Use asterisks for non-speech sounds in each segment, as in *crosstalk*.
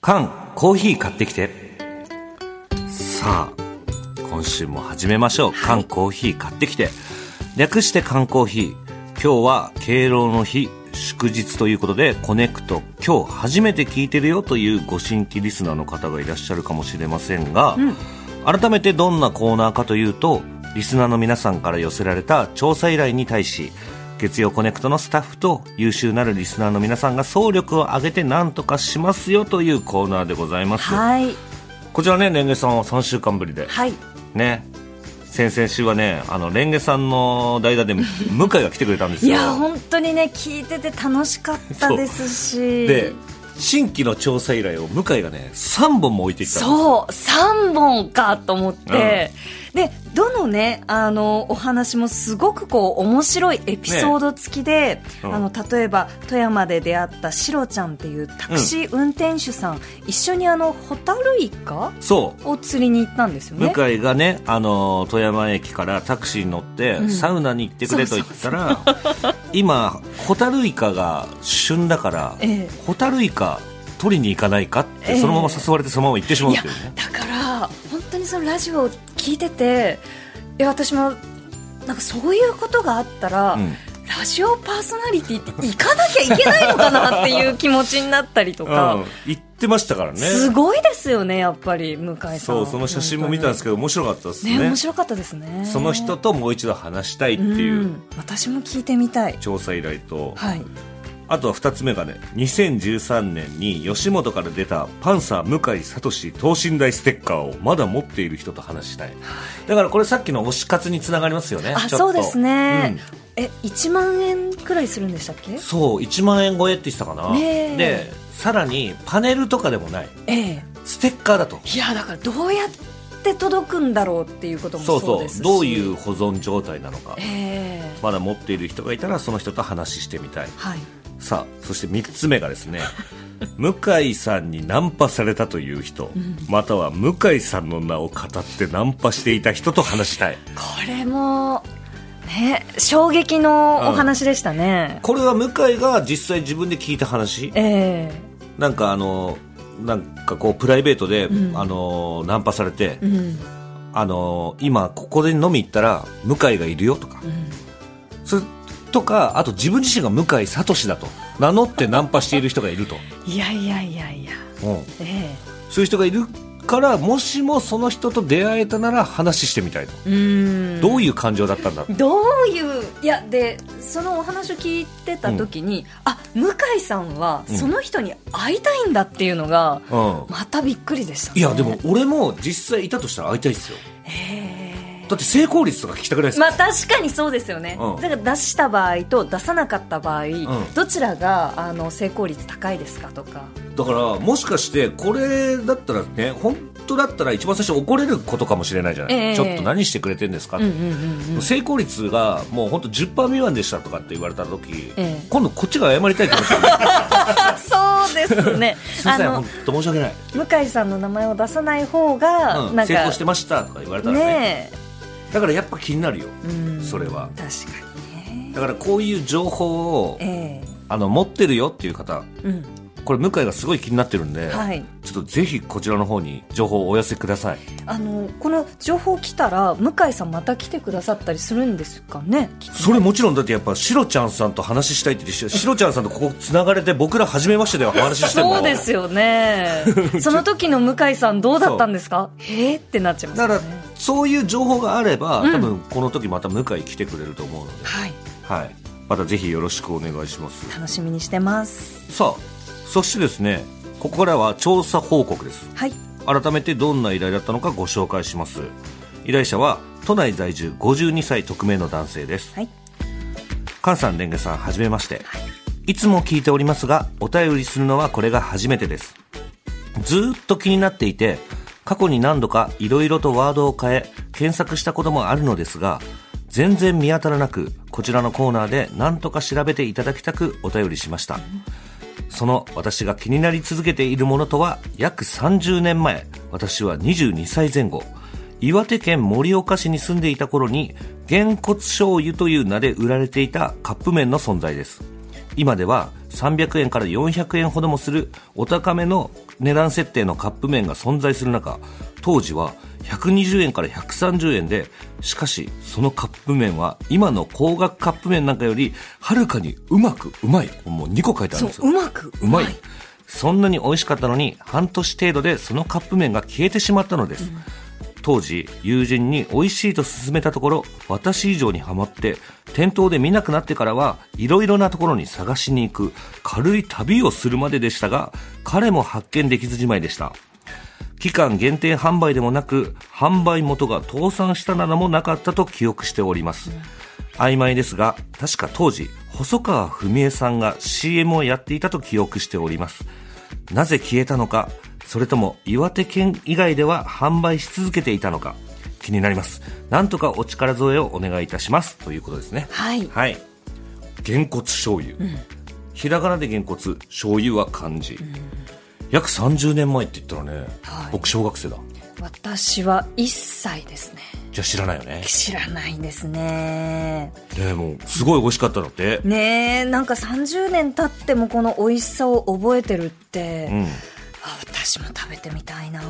缶、コーヒー買ってきて。さあ、今週も始めましょう。缶、コーヒー買ってきて。略して缶コーヒー。今日は敬老の日、祝日ということで、コネクト、今日初めて聞いてるよというご新規リスナーの方がいらっしゃるかもしれませんが、改めてどんなコーナーかというと、リスナーの皆さんから寄せられた調査依頼に対し、月曜コネクトのスタッフと優秀なるリスナーの皆さんが総力を挙げて何とかしますよというコーナーでございます。はい。こちらね、レンゲさんは3週間ぶりで。はい。ね。先々週はね、あの、レンゲさんの代打 *laughs* で、向井が来てくれたんですいよ。や、本当にね、聞いてて楽しかったですし。で、新規の調査依頼を向井がね、3本も置いてきたんですよそう、3本かと思って、で、どのね、あの、お話もすごくこう、面白いエピソード付きで、うんあの、例えば、富山で出会ったシロちゃんっていうタクシー運転手さん、一緒にあの、ホタルイカそう。を釣りに行ったんですよね。向井がね、あの富山駅からタクシーに乗って、んサウナに行ってくれと言ったら今ホタルイカが旬だから、ええホタルイカ取りに行かないかって、ええそのまま誘われてそのまま行ってしまういっやていうねだから本当にそのラジオを聞いてていや私もなんかそういうことがあったら、うんラジオパーソナリティって行かなきゃいけないのかなっていう気持ちになったりとか、うん行ってましたからねすごいですよねやっぱり向井さんそうその写真も見たんですけけど面白かったですねね面白かったですねその人ともう一度話したいっていう、ん私も聞いてみたい調査依頼と、はいあとは2つ目がね2013年に吉本から出たパンサー向井聡等身大ステッカーをまだ持っている人と話したいだからこれさっきの推し活につながりますよねあちょっとそうですね、え1万円くらいするんでしたっけうんそう1万円超えって言ってたかな、ねえでさらにパネルとかでもないええステッカーだといやだからどうやって届くんだろうっていうこともそうそうそうですしどういう保存状態なのかええまだ持っている人がいたらその人と話してみたいはいさあそして3つ目がで *laughs* すね向井さんにナンパされたという人、または向井さんの名を語ってナンパしていた人と話したいこれもね衝撃のお話でしたね、これは向井が実際自分で聞いた話えなんかあのなんかこうプライベートで、うんあのナンパされて、えうんあの今ここで飲み行ったら向井がいるよとかうんそれとかあと自分自身が向井聡だと名乗ってナンパしている人がいると、いやいやいやいやうん、えそういう人がいるからもしもその人と出会えたなら話してみたいと、えうんどういう感情だったんだどういういやでそのお話を聞いてた時に、あ向井さんはうんその人に会いたいんだっていうのがうんまたびっくりでした、ね、いやでも俺も実際いたとしたら会いたいですよええだって成功率とか聞きたくないですか、まあ確かにそうですよね、うんだから出した場合と出さなかった場合、どちらがあの成功率高いですかとかだからもしかしてこれだったらね本当だったら一番最初怒れることかもしれないじゃない、ええちょっと何してくれてんですか、うんうんうんうん成功率がもう本当10%未満でしたとかって言われた時、ええ今度こっちが謝りたいと思っ *laughs* てあそうです *laughs* ねすいまあせん本の当申し訳ない、向井さんの名前を出さない方が、うんなん成功かしてましたとか言われたらねねだからやっぱ気になるよえうんそれは確かにねだからこういう情報をえあの持ってるよっていう方えうんこれ向井がすごい気になってるんで、はいちょっとぜひこちらの方に情報をお寄せくださいあのこの情報来たら向井さんまた来てくださったりするんですかねきっとそれもちろんだってやっぱシロちゃんさんと話したいって言ってシロちゃんさんとここつながれて僕ら初めましてでお話ししてもそうですよ *laughs* ねその時の向井さんどうだったんですかへえってなっちゃいますだよかねらそういう情報があれば、うん多分この時また向井来てくれると思うので、はいはい、またぜひよろしくお願いします楽しみにしてますさあそしてですねここからは調査報告ですはい改めてどんな依頼だったのかご紹介します依頼者は都内在住52歳匿名の男性ですはい菅さんレンゲさんはじめましていつも聞いておりますがお便りするのはこれが初めてですずーっと気になっていて過去に何度かいろいろとワードを変え検索したこともあるのですが全然見当たらなくこちらのコーナーで何とか調べていただきたくお便りしました、その私が気になり続けているものとは約30年前、私は22歳前後、岩手県盛岡市に住んでいた頃に、げんこつ醤油という名で売られていたカップ麺の存在です。今では300円から400円ほどもするお高めの値段設定のカップ麺が存在する中当時は120円から130円でしかしそのカップ麺は今の高額カップ麺なんかよりはるかにうまくうまいもう2個書いてあそるんうですようまくうまいそんなに美味しかったのに半年程度でそのカップ麺が消えてしまったのです、当時友人に美味しいと勧めたところ私以上にハマって店頭で見なくなってからはいろいろなところに探しに行く軽い旅をするまででしたが彼も発見できずじまいでした期間限定販売でもなく販売元が倒産したなどもなかったと記憶しております、曖昧ですが確か当時細川文江さんが CM をやっていたと記憶しておりますなぜ消えたのかそれとも岩手県以外では販売し続けていたのか気になりますなんとかお力添えをお願いいたしますということですねはいはいげんこつ醤油、ひらがなでげんこつ醤油は漢字、約30年前って言ったらね、はい僕小学生だ私は1歳ですねじゃあ知らないよね知らないんですねでもうすごい美味しかったのって、ねえなんか30年経ってもこの美味しさを覚えてるって、うん、あ私も食べてみたいな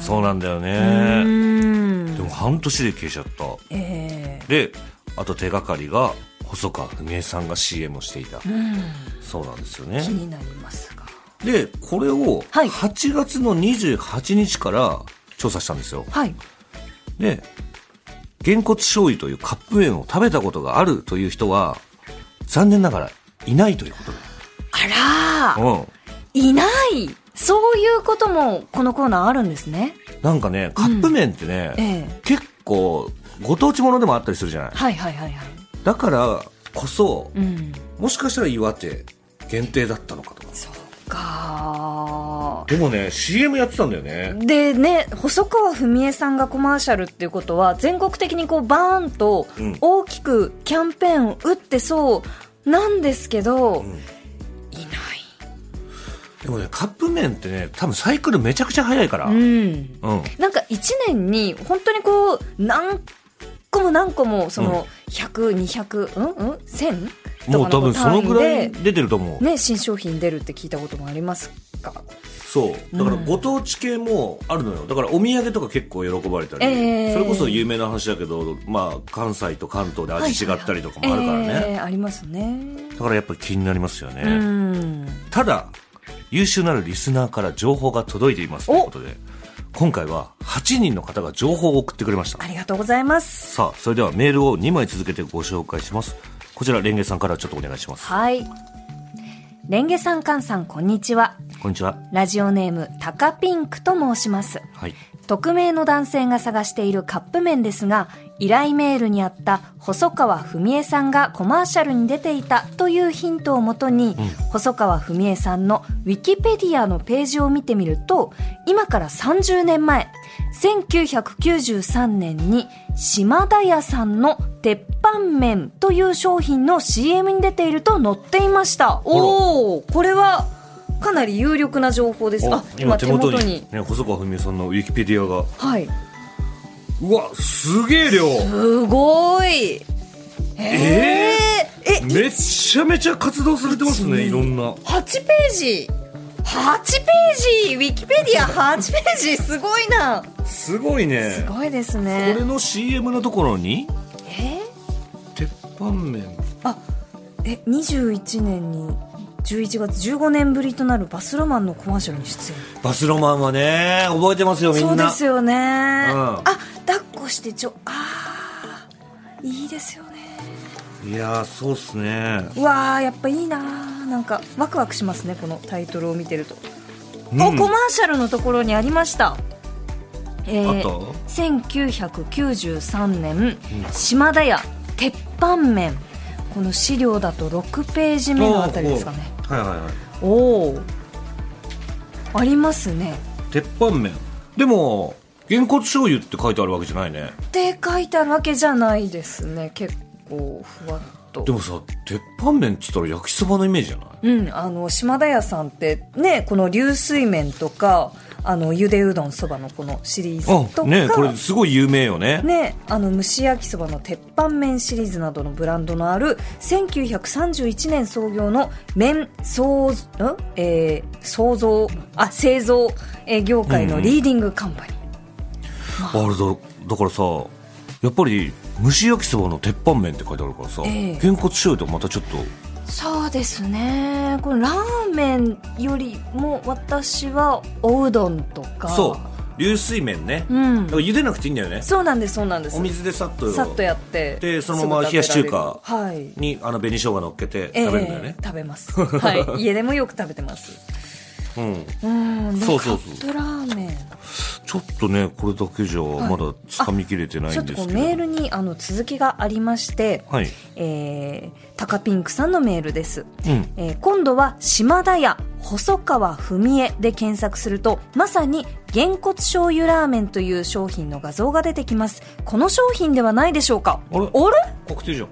そうなんだよね、うんでも半年で消えちゃった。ええで、あと手がかりが、細川文江さんが CM をしていた。そうなんですよね気。になりますがで、これを、はい8月の28日から調査したんですよ。はいで、げんこつ醤油というカップ麺を食べたことがあるという人は、残念ながらいないということで。あらういないそういうこともこのコーナーあるんですねん。なんかね、カップ麺ってね、ええ結構、ご当地ものでもあったりするじゃない。はいはいはいはいだからこそ、うんもしかしたら岩手限定だったのかとか。そうかでもね、CM やってたんだよね。でね細川文江さんがコマーシャルっていうことは全国的にこうバーンとうん大きくキャンペーンを打ってそうなんですけど、んいなでもね、カップ麺ってね、多分サイクルめちゃくちゃ早いから。い、うん。うん、なんか1年に本当にこう何個も何個もその100200、うん、うん ?1000? もう多分そのぐらいとかの単位出てると思う。でね、新商品出るって聞いたこともありますかそう。だからうんご当地系もあるのよ。だからお土産とか結構喜ばれたり。ええそれこそ有名な話だけど、まあ関西と関東で味違ったりとかもあるからね。えーありますね。だからやっぱり気になりますよね。うん。ただ、優秀なるリスナーから情報が届いていますということで、今回は8人の方が情報を送ってくれましたあ。りがとうございます。さあ、それではメールを2枚続けてご紹介します。こちら、レンゲさんからちょっとお願いします。はい。レンゲさん、カンさん、こんにちは。こんにちは。ラジオネーム、タカピンクと申します。はい。匿名の男性が探しているカップ麺ですが、依頼メールにあった細川文江さんがコマーシャルに出ていたというヒントをもとに、細川文江さんのウィキペディアのページを見てみると、今から30年前、1993年に島田屋さんの鉄板麺という商品の CM に出ていると載っていました。おお、これはかなり有力な情報です。あ、今手元に。ね、細川文江さんのウィキペディアが。はい。うわ、すげえ量すごいえー、えめっちゃめちゃ活動されてますね、いろんな。 8ページ8ページウィキペディア8ページすごいなすごいすね。ごいですこねれの CM のところに、え鉄板麺。ー、え21年に11月15年ぶりとなるバスロマンのコマーシャルに出演バスロマンはね、覚えてますよ、みそうんでな。すよね、あ抱っこしてちょあーいいですよねいやー、そうっすね。うわーやっぱいいななんかワクワクしますねこのタイトルを見てるとうんおコマーシャルのところにありました、えあと1993年島田屋鉄板麺この資料だと6ページ目のあたりですかねおーおーはいはいはい。おおありますね鉄板麺でもげんこつ醤油って書いてあるわけじゃないねって書いてあるわけじゃないですね結構ふわっとでもさ鉄板麺っつったら焼きそばのイメージじゃないうん、あの島田屋さんってねこの流水麺とかあのゆでうどんそばのこのシリーズとか、あねこれすごい有名よねね、あの蒸し焼きそばの鉄板麺シリーズなどのブランドのある1931年創業の麺創,、うんえー創造あ製造えー業界のリーディングカンパニー、あれだだからさやっぱり蒸し焼きそばの鉄板麺って書いてあるからさ、ええげんこつ醤油とまたちょっとそうですねこのラーメンよりも私はおうどんとかそう流水麺ね、うんだから茹でなくていいんだよねそうなんですそうなんですお水でさっとさっとやってでそのまますぐ食べられる冷やし中華はいにあの紅生姜乗っけて食べるんだよねえ、え食べます、はい、家でもよく食べてますうん、うんそうそうそうカップラーメンちょっとねこれだけじゃまだつかみきれてないちょんっでとすこけうど、メールにあの続きがありまして、はいえー、タカピンクさんのメールです、うんえー今度は島田屋細川文江で検索するとまさにげんこつ醤油ラーメンという商品の画像が出てきますこの商品ではないでしょうかあれあれも確定じゃん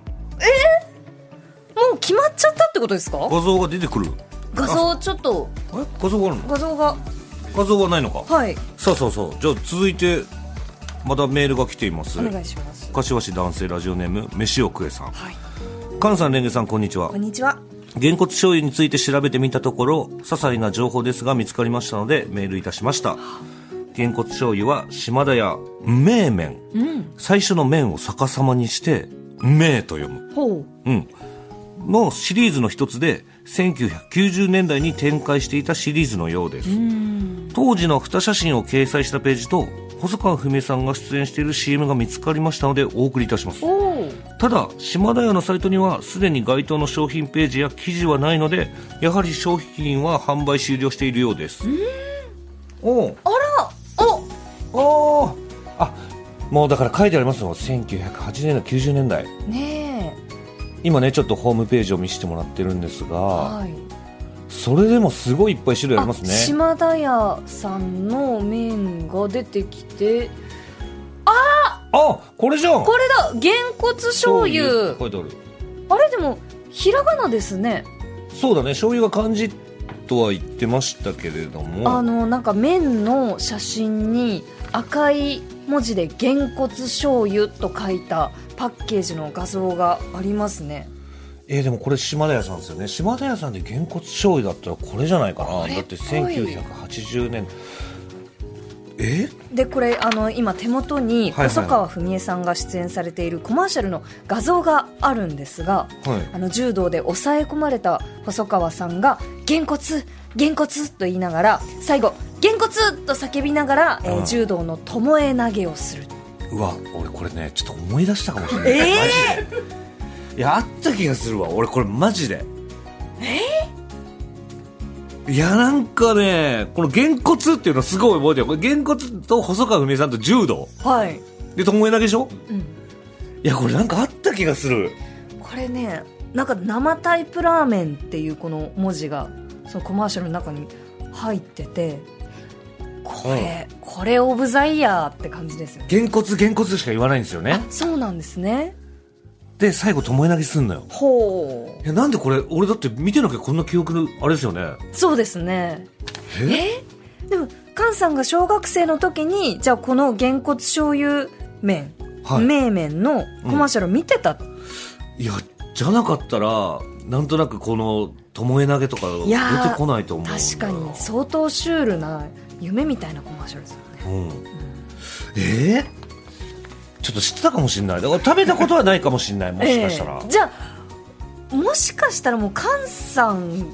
う決まっちゃったってことですか画像が出てくる画像ちょっとえ画像があるの画像が画像がないのかはいそうそうそうじゃあ続いてまだメールが来ていますお願いします柏市男性ラジオネーム飯を食えさんはい菅さんレンゲさんこんにちはこんにちはげんこつ醤油について調べてみたところ些細な情報ですが見つかりましたのでメールいたしましたげんこつ醤油は島田屋名麺うん最初の麺を逆さまにして名と読むほううん、のシリーズの一つで1990年代に展開していたシリーズのようです当時の2写真を掲載したページと細川文江さんが出演している CM が見つかりましたのでお送りいたしますおおただ島田屋のサイトにはすでに該当の商品ページや記事はないのでやはり商品は販売終了しているようですおうあらおおーあもうだから書いてありますよ1908年代90年代ね今ねちょっとホームページを見せてもらってるんですが、えはいそれでもすごいいっぱい種類ありますねあ島田屋さんの麺が出てきてあこれじゃんこれだげんこつ醤油書いてあるあれでもひらがなですね、そうだね醤油が漢字とは言ってましたけれどもあのなんか麺の写真に赤い文字で「げんこつ醤油」と書いたパッケージの画像がありますねえーでもこれ島田屋さんですよね島田屋さんでげんこつ醤油だったらこれじゃないかなこれっぽいだって1980年えでこれあの今手元にはいはい細川文江さんが出演されているコマーシャルの画像があるんですが、はいあの柔道で抑え込まれた細川さんが「げんこつげんこつ」と言いながら最後「げんこつ」と叫びながら、えーうん柔道の巴投げをするうわ俺これねちょっと思い出したかもしれない、えマジでいやあった気がするわ俺これマジでえいやなんかねこのげんこつっていうのすごい覚えてるこれげんこつと細川文江さんと柔道はい、で巴投げでしょうん、いやこれなんかあった気がするこれねなんか生タイプラーメンっていうこの文字がそのコマーシャルの中に入っててこれ、これオブザイヤーって感じですよねげんこつげんこつしか言わないんですよねそうなんですねで最後巴投げすんのよほいやなんでこれ俺だって見てなきゃこんな記憶のあれですよねうそうですねええでも菅さんが小学生の時にじゃあこのげんこつ醤油麺、はい冷麺のコマーシャルを見てた、いやじゃなかったらなんとなくこの巴投げとかいやー出てこないと思うんだよ確かに相当シュールな夢みたいなコマーシャルですよねうん、えーちょっと知ってたかもしれないだから食べたことはないかもしれないもしかしたら、 *laughs* ええじゃあもしかしたらもう菅さん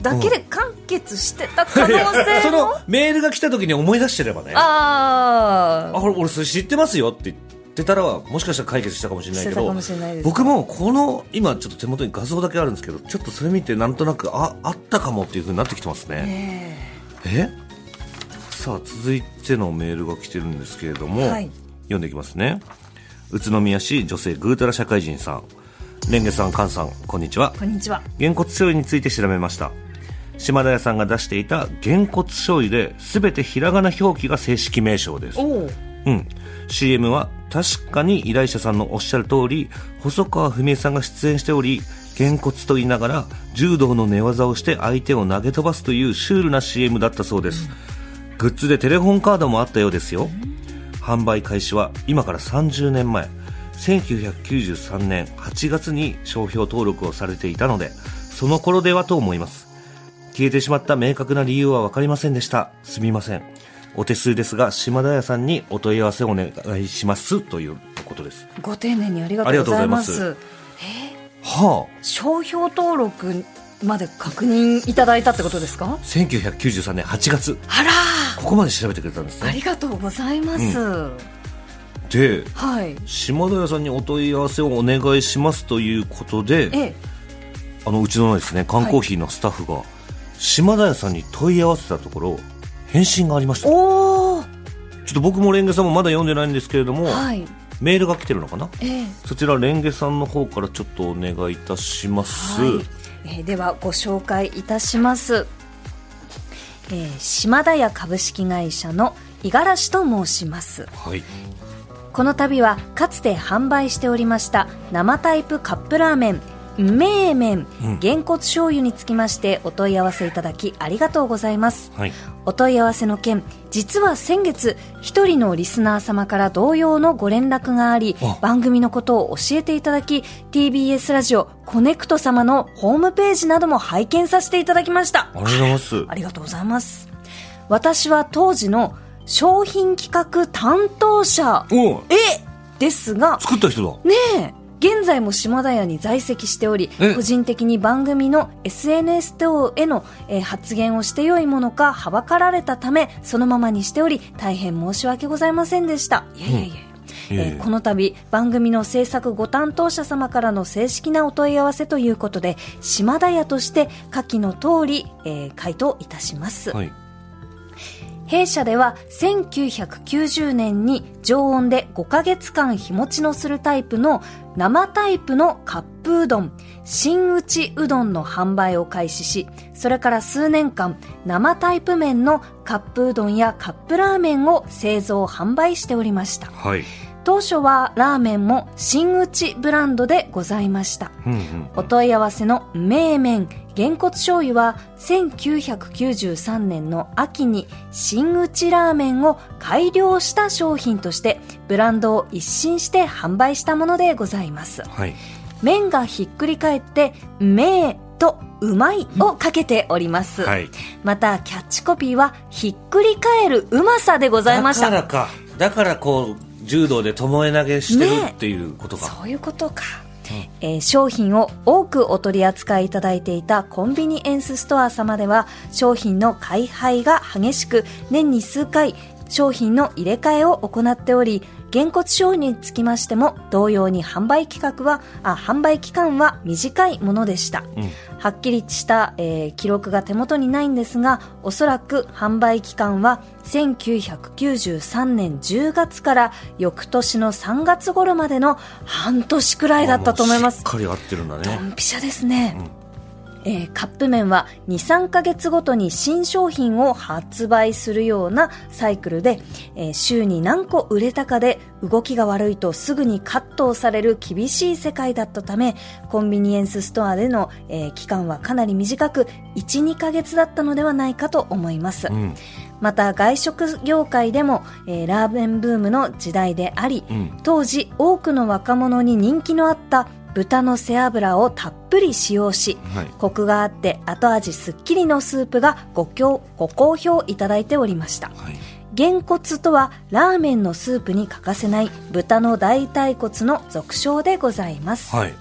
だけで完結してた可能いや性そも、のメールが来た時に思い出してればねあああこれ俺それ知ってますよって言ってたらもしかしたら解決したかもしれなしていけたかどもしれないです僕もこの今ちょっと手元に画像だけあるんですけどちょっとそれ見てなんとなくああったかもっていう風になってきてますねええさあ続いてのメールが来てるんですけれども、はい読んでいきますね宇都宮市女性ぐうたら社会人さんレンゲさん菅さんこんにちはえこんにちはげんこつ醤油について調べました島田屋さんが出していたげんこつ醤油で全てひらがな表記が正式名称ですおおうん、CM は確かに依頼者さんのおっしゃる通り細川文江さんが出演しておりげんこつと言いながら柔道の寝技をして相手を投げ飛ばすというシュールな CM だったそうです、グッズでテレホンカードもあったようですよ販売開始は今から30年前1993年8月に商標登録をされていたのでその頃ではと思います消えてしまった明確な理由は分かりませんでしたすみませんお手数ですが島田屋さんにお問い合わせお願いしますということですご丁寧にありがとうございますありがとうえはあ商標登録まで確認いただいたってことですか1993年8月あらここまで調べてくれたんですあねりがとうございます、ではい島田屋さんにお問い合わせをお願いしますということでええあのうちのですね缶コーヒーのスタッフが、島田屋さんに問い合わせたところ返信がありましたちょおおっと僕もレンゲさんもまだ読んでないんですけれども、はいメールが来てるのかなええそちらレンゲさんの方からちょっとお願いいたします、はいえーではご紹介いたします、えー島田屋株式会社の五十嵐と申しますはいこの度はかつて販売しておりました生タイプカップラーメンめーめんうんげんこつ醤油につきましてお問い合わせいただきありがとうございますはいお問い合わせの件実は先月一人のリスナー様から同様のご連絡がありあ番組のことを教えていただき TBS ラジオコネクト様のホームページなども拝見させていただきましたありがとうございますありがとうございます私は当時の商品企画担当者おうえですが作った人だねえ現在も島田屋に在籍しておりえ個人的に番組の SNS 等への、えー発言をしてよいものかはばかられたためそのままにしており大変申し訳ございませんでしたいやいやいや、うんいやいやえーこの度番組の制作ご担当者様からの正式なお問い合わせということで島田屋として下記の通り、えー回答いたします、はい弊社では1990年に常温で5ヶ月間日持ちのするタイプの生タイプのカップうどん、新打ちうどんの販売を開始し、それから数年間生タイプ麺のカップうどんやカップラーメンを製造販売しておりました。はい当初はラーメンも新打ちブランドでございました。うんうんお問い合わせの名麺げんこつ醤油は1993年の秋に新内ラーメンを改良した商品としてブランドを一新して販売したものでございますはい麺がひっくり返って「名」と「うまい」をかけております、はいまたキャッチコピーは「ひっくり返るうまさ」でございましただからかだからこう柔道で巴投げしてねるえっていうことか、そういうことか、えー商品を多くお取り扱いいただいていたコンビニエンスストア様では商品の買い配が激しく年に数回商品の入れ替えを行っておりげんこつ商品につきましても同様に販売企画はあ販売期間は短いものでした、うんはっきりした、えー記録が手元にないんですがおそらく販売期間は1993年10月から翌年の3月頃までの半年くらいだったと思いますあもうしっかり合ってるんだドねンピシャですね、えーカップ麺は23ヶ月ごとに新商品を発売するようなサイクルで、えー週に何個売れたかで動きが悪いとすぐにカットをされる厳しい世界だったためコンビニエンスストアでの、えー期間はかなり短く12ヶ月だったのではないかと思います、うんまた外食業界でも、えーラーメンブームの時代であり、うん当時多くの若者に人気のあった豚の背脂をたっぷり使用しはいコクがあって後味すっきりのスープがご評ご好評いただいておりましたはいげんこつとはラーメンのスープに欠かせない豚の大腿骨の俗称でございますはい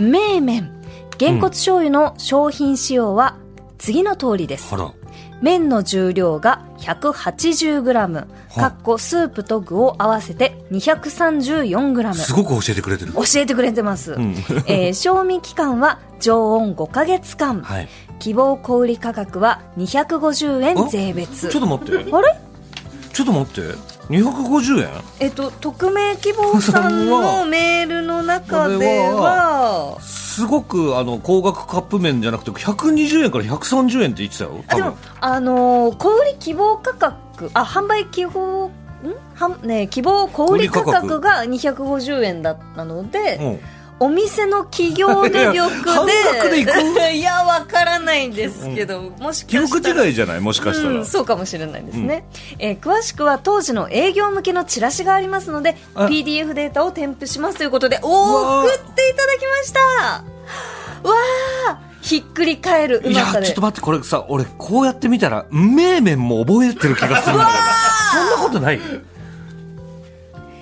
名麺げんこつ醤油の商品仕様は次の通りですあら麺の重量が 180g かっこスープと具を合わせて 234g すごく教えてくれてる教えてくれてます、んえ *laughs* ー賞味期間は常温5ヶ月間、はい希望小売価格は250円税別ちょっと待ってあれちょっと待って250円えっと匿名希望さんのメールの中ではすごくあの高額カップ麺じゃなくて120円から130円って言ってたよあ多で分もあのー小売希望価格あ販売希望んはんね希望小売価格が250円だったので、うんお店の企業努力でいや半額で行 *laughs* いやわからなないですけど、もしか記した憶ら違いじゃないもしかしたら、うん、そうかもしれないですね、えー詳しくは当時の営業向けのチラシがありますのであ PDF データを添付しますということでおうおわー送っていただきましたわあひっくり返るういまやさ、ちょっでと待って、これさ、俺、こうやって見たら、めいめんも覚えてる気がするんだけど。そんなことない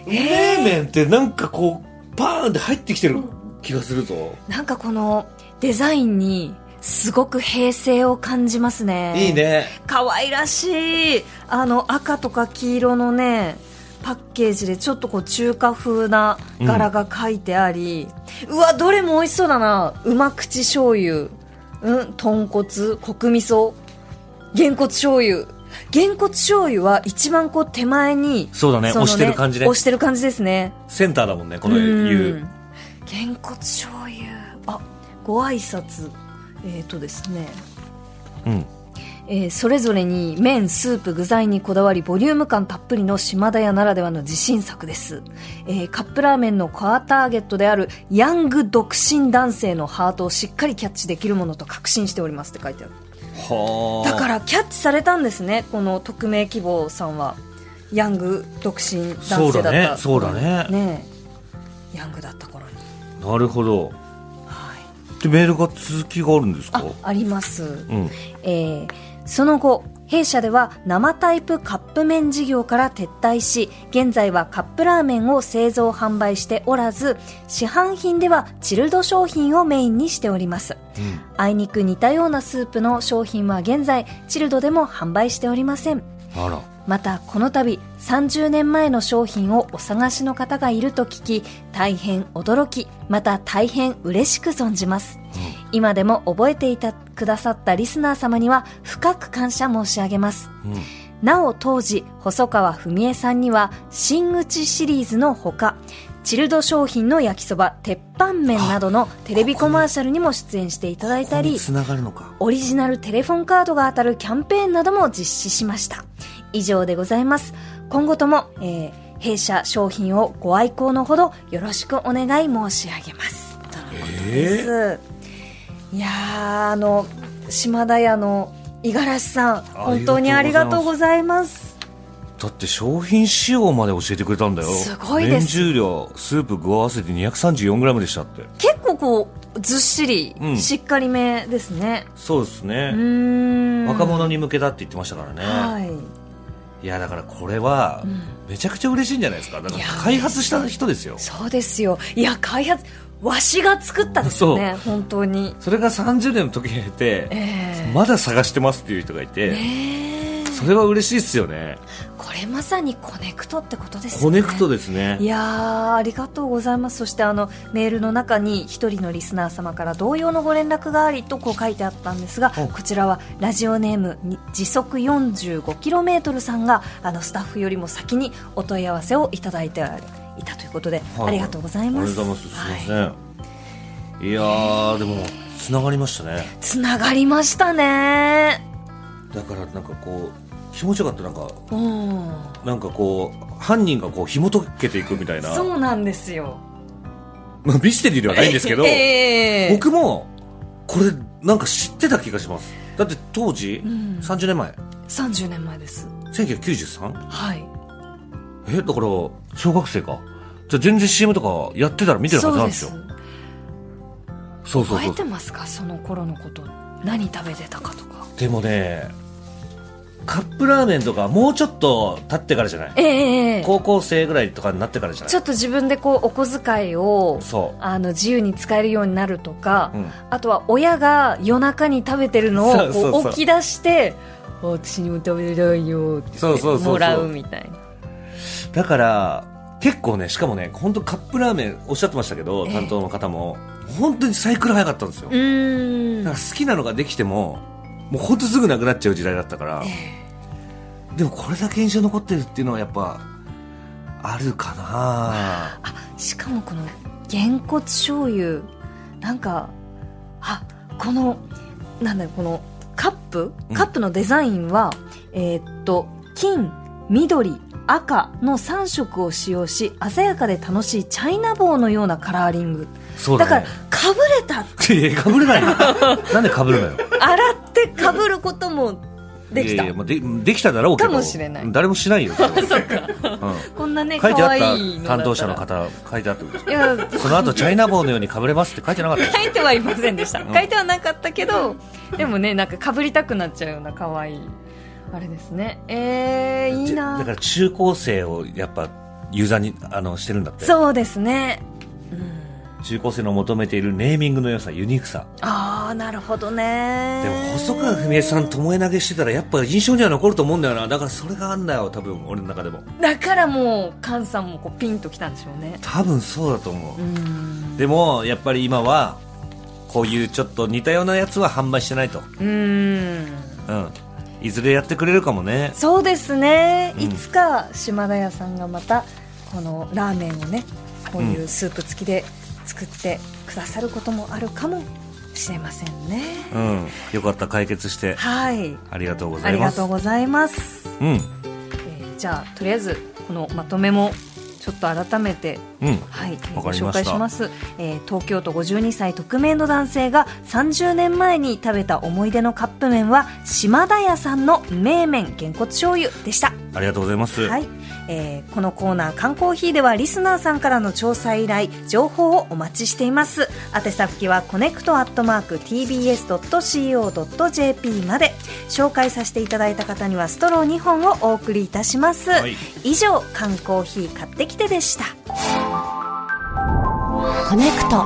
めいめんってなんかこう、パーンって入ってきてる気がするぞ。なんかこのデザインにすごく平成を感じますねいいね。可愛らしいあの赤とか黄色のねパッケージでちょっとこう中華風な柄が書いてあり、うわどれも美味しそうだなうま口醤油うん豚骨国味噌げんこつ醤油げんこつ醤油は一番こう手前にそうだねの押してる感じね押してる感じですねセンターだもんね、こうの言んう。げんこつ醤油あご挨拶えっ、ー、とですねうん。えーそれぞれに麺スープ具材にこだわりボリューム感たっぷりの島田屋ならではの自信作です、えーカップラーメンのコアターゲットであるヤング独身男性のハートをしっかりキャッチできるものと確信しておりますって書いてあるはあ。だからキャッチされたんですねこの匿名希望さんはヤング独身男性だったそうだねそうだねねえヤングだった頃になるほど。はいで、メールが続きがあるんですかあありますうん。えーその後弊社では生タイプカップ麺事業から撤退し現在はカップラーメンを製造販売しておらず市販品ではチルド商品をメインにしておりますうんあいにく似たようなスープの商品は現在チルドでも販売しておりませんあら。またこの度30年前の商品をお探しの方がいると聞き大変驚きまた大変嬉しく存じます、今でも覚えていたくださったリスナー様には深く感謝申し上げますうん。なお当時、細川文江さんには、新口シリーズのほか、チルド商品の焼きそば、鉄板麺などのテレビコマーシャルにも出演していただいたここりに、繋がるのか。オリジナルテレフォンカードが当たるキャンペーンなども実施しました。以上でございます。今後とも、えー弊社商品をご愛好のほどよろしくお願い申し上げます。とのことです。いやー、あの、島田屋の五十嵐さん、本当にありがとうございます。だって商品仕様まで教えてくれたんだよ。すごいです麺重量、スープ具合わせて 234g でしたって。結構こう、ずっしり、うんしっかりめですね。そうですね。うーん。若者に向けだって言ってましたからね、はい。い、やだからこれはめちゃくちゃ嬉しいんじゃないですかだかいらや開発した人ですよそうですよ。いや、開発、わしが作ったですよね、本当に。それが30年の時に経て、えまだ探してますっていう人がいて、えねえそれは嬉しいですよねこれまさにコネクトってことですコよねネクトですねいやーありがとうございますそしてあのメールの中に一人のリスナー様から同様のご連絡がありとこう書いてあったんですがうんこちらはラジオネームに時速 45km さんがあのスタッフよりも先にお問い合わせをいただいていたということで、はいありがとうございありがまとうすございますすいません、い、やーでもつながりましたねつながりましたねだからなんかこう気持ちよかったなんかうんなんかこう犯人がこう紐解けていくみたいな、そうなんですよまあ、ミステリーではないんですけど、ええ僕もこれなんか知ってた気がしますだって当時、うん30年前30年前です 1993? はいえだから小学生かじゃあ全然 CM とかやってたら見てるはずなんですよそうですそうそう覚そえうてますかその頃のこと何食べてたかとかでもねカップラーメンとかもうちょっと経ってからじゃないええええ高校生ぐらいとかになってからじゃなちょいっと自分でこうお小遣いをそあの自由に使えるようになるとか、う、うん、あとは親が夜中に食べてるのそをうそうそうこう起き出してあ私にも食べてないよってそうそうそうそうもらうみたいなだから結構ねしかもね本当カップラーメンおっしゃってましたけどええ担当の方も本当にサイクル早かったんですようーんだから好きなのができてももうほんとすぐなくなっちゃう時代だったから、でもこれだけ印象残ってるっていうのはやっぱあるかなしかもこのげんこつ醤油なんかあこのなんだろうこのカップうんカップのデザインは、えーっと金緑赤の3色を使用し鮮やかで楽しいチャイナ棒のようなカラーリングそうだかだらねかぶれた *laughs* いやかぶれないよなんでかぶるのよ洗ってかぶることもできいたやいやまあでできただろうけどかもしれない誰も *laughs* しないよそれはこんなね書いて可あっ愛たいのだったら担当者の方書いてあったんですいやその後チャイナ帽のようにかぶれますって書いてなかったです書いてはいませんでしたん書いてはなかったけどでもねなんかかぶりたくなっちゃうような可愛いあれですねえー、いいだかなら中高生をやっぱユーザーにあのしてるんだってそうですねうん中高生の求めているネーミングの良さユニークさああなるほどねでも細川文江さん巴投げしてたらやっぱ印象には残ると思うんだよなだからそれがあんだよ多分俺の中でもだからもう菅さんもこうピンときたんでしょうね多分そうだと思ううんでもやっぱり今はこういうちょっと似たようなやつは販売してないと、うんうん、いずれやってくれるかもねそうですね、うんいつか島田屋さんがまたこのラーメンをねこういうスープ付きで作ってくださることもあるかもしれませんね、うんよかった解決してはいありがとうござあいりまがすとうございます、うんえーじゃあとりあえずこのまとめもちょっと改めてうんはい、えーわごかり紹まし介たします、えー東京都52歳匿名の男性が30年前に食べた思い出のカップ麺は島田屋さんの名麺げんこつ醤油でしたありがとうございます、はい、えーこのコーナー「缶コーヒー」ではリスナーさんからの調査依頼情報をお待ちしています宛先はコネクトアットマーク TBS.CO.jp まで紹介させていただいた方にはストロー2本をお送りいたします、はい以上「缶コーヒー買ってきて」でしたコネクト。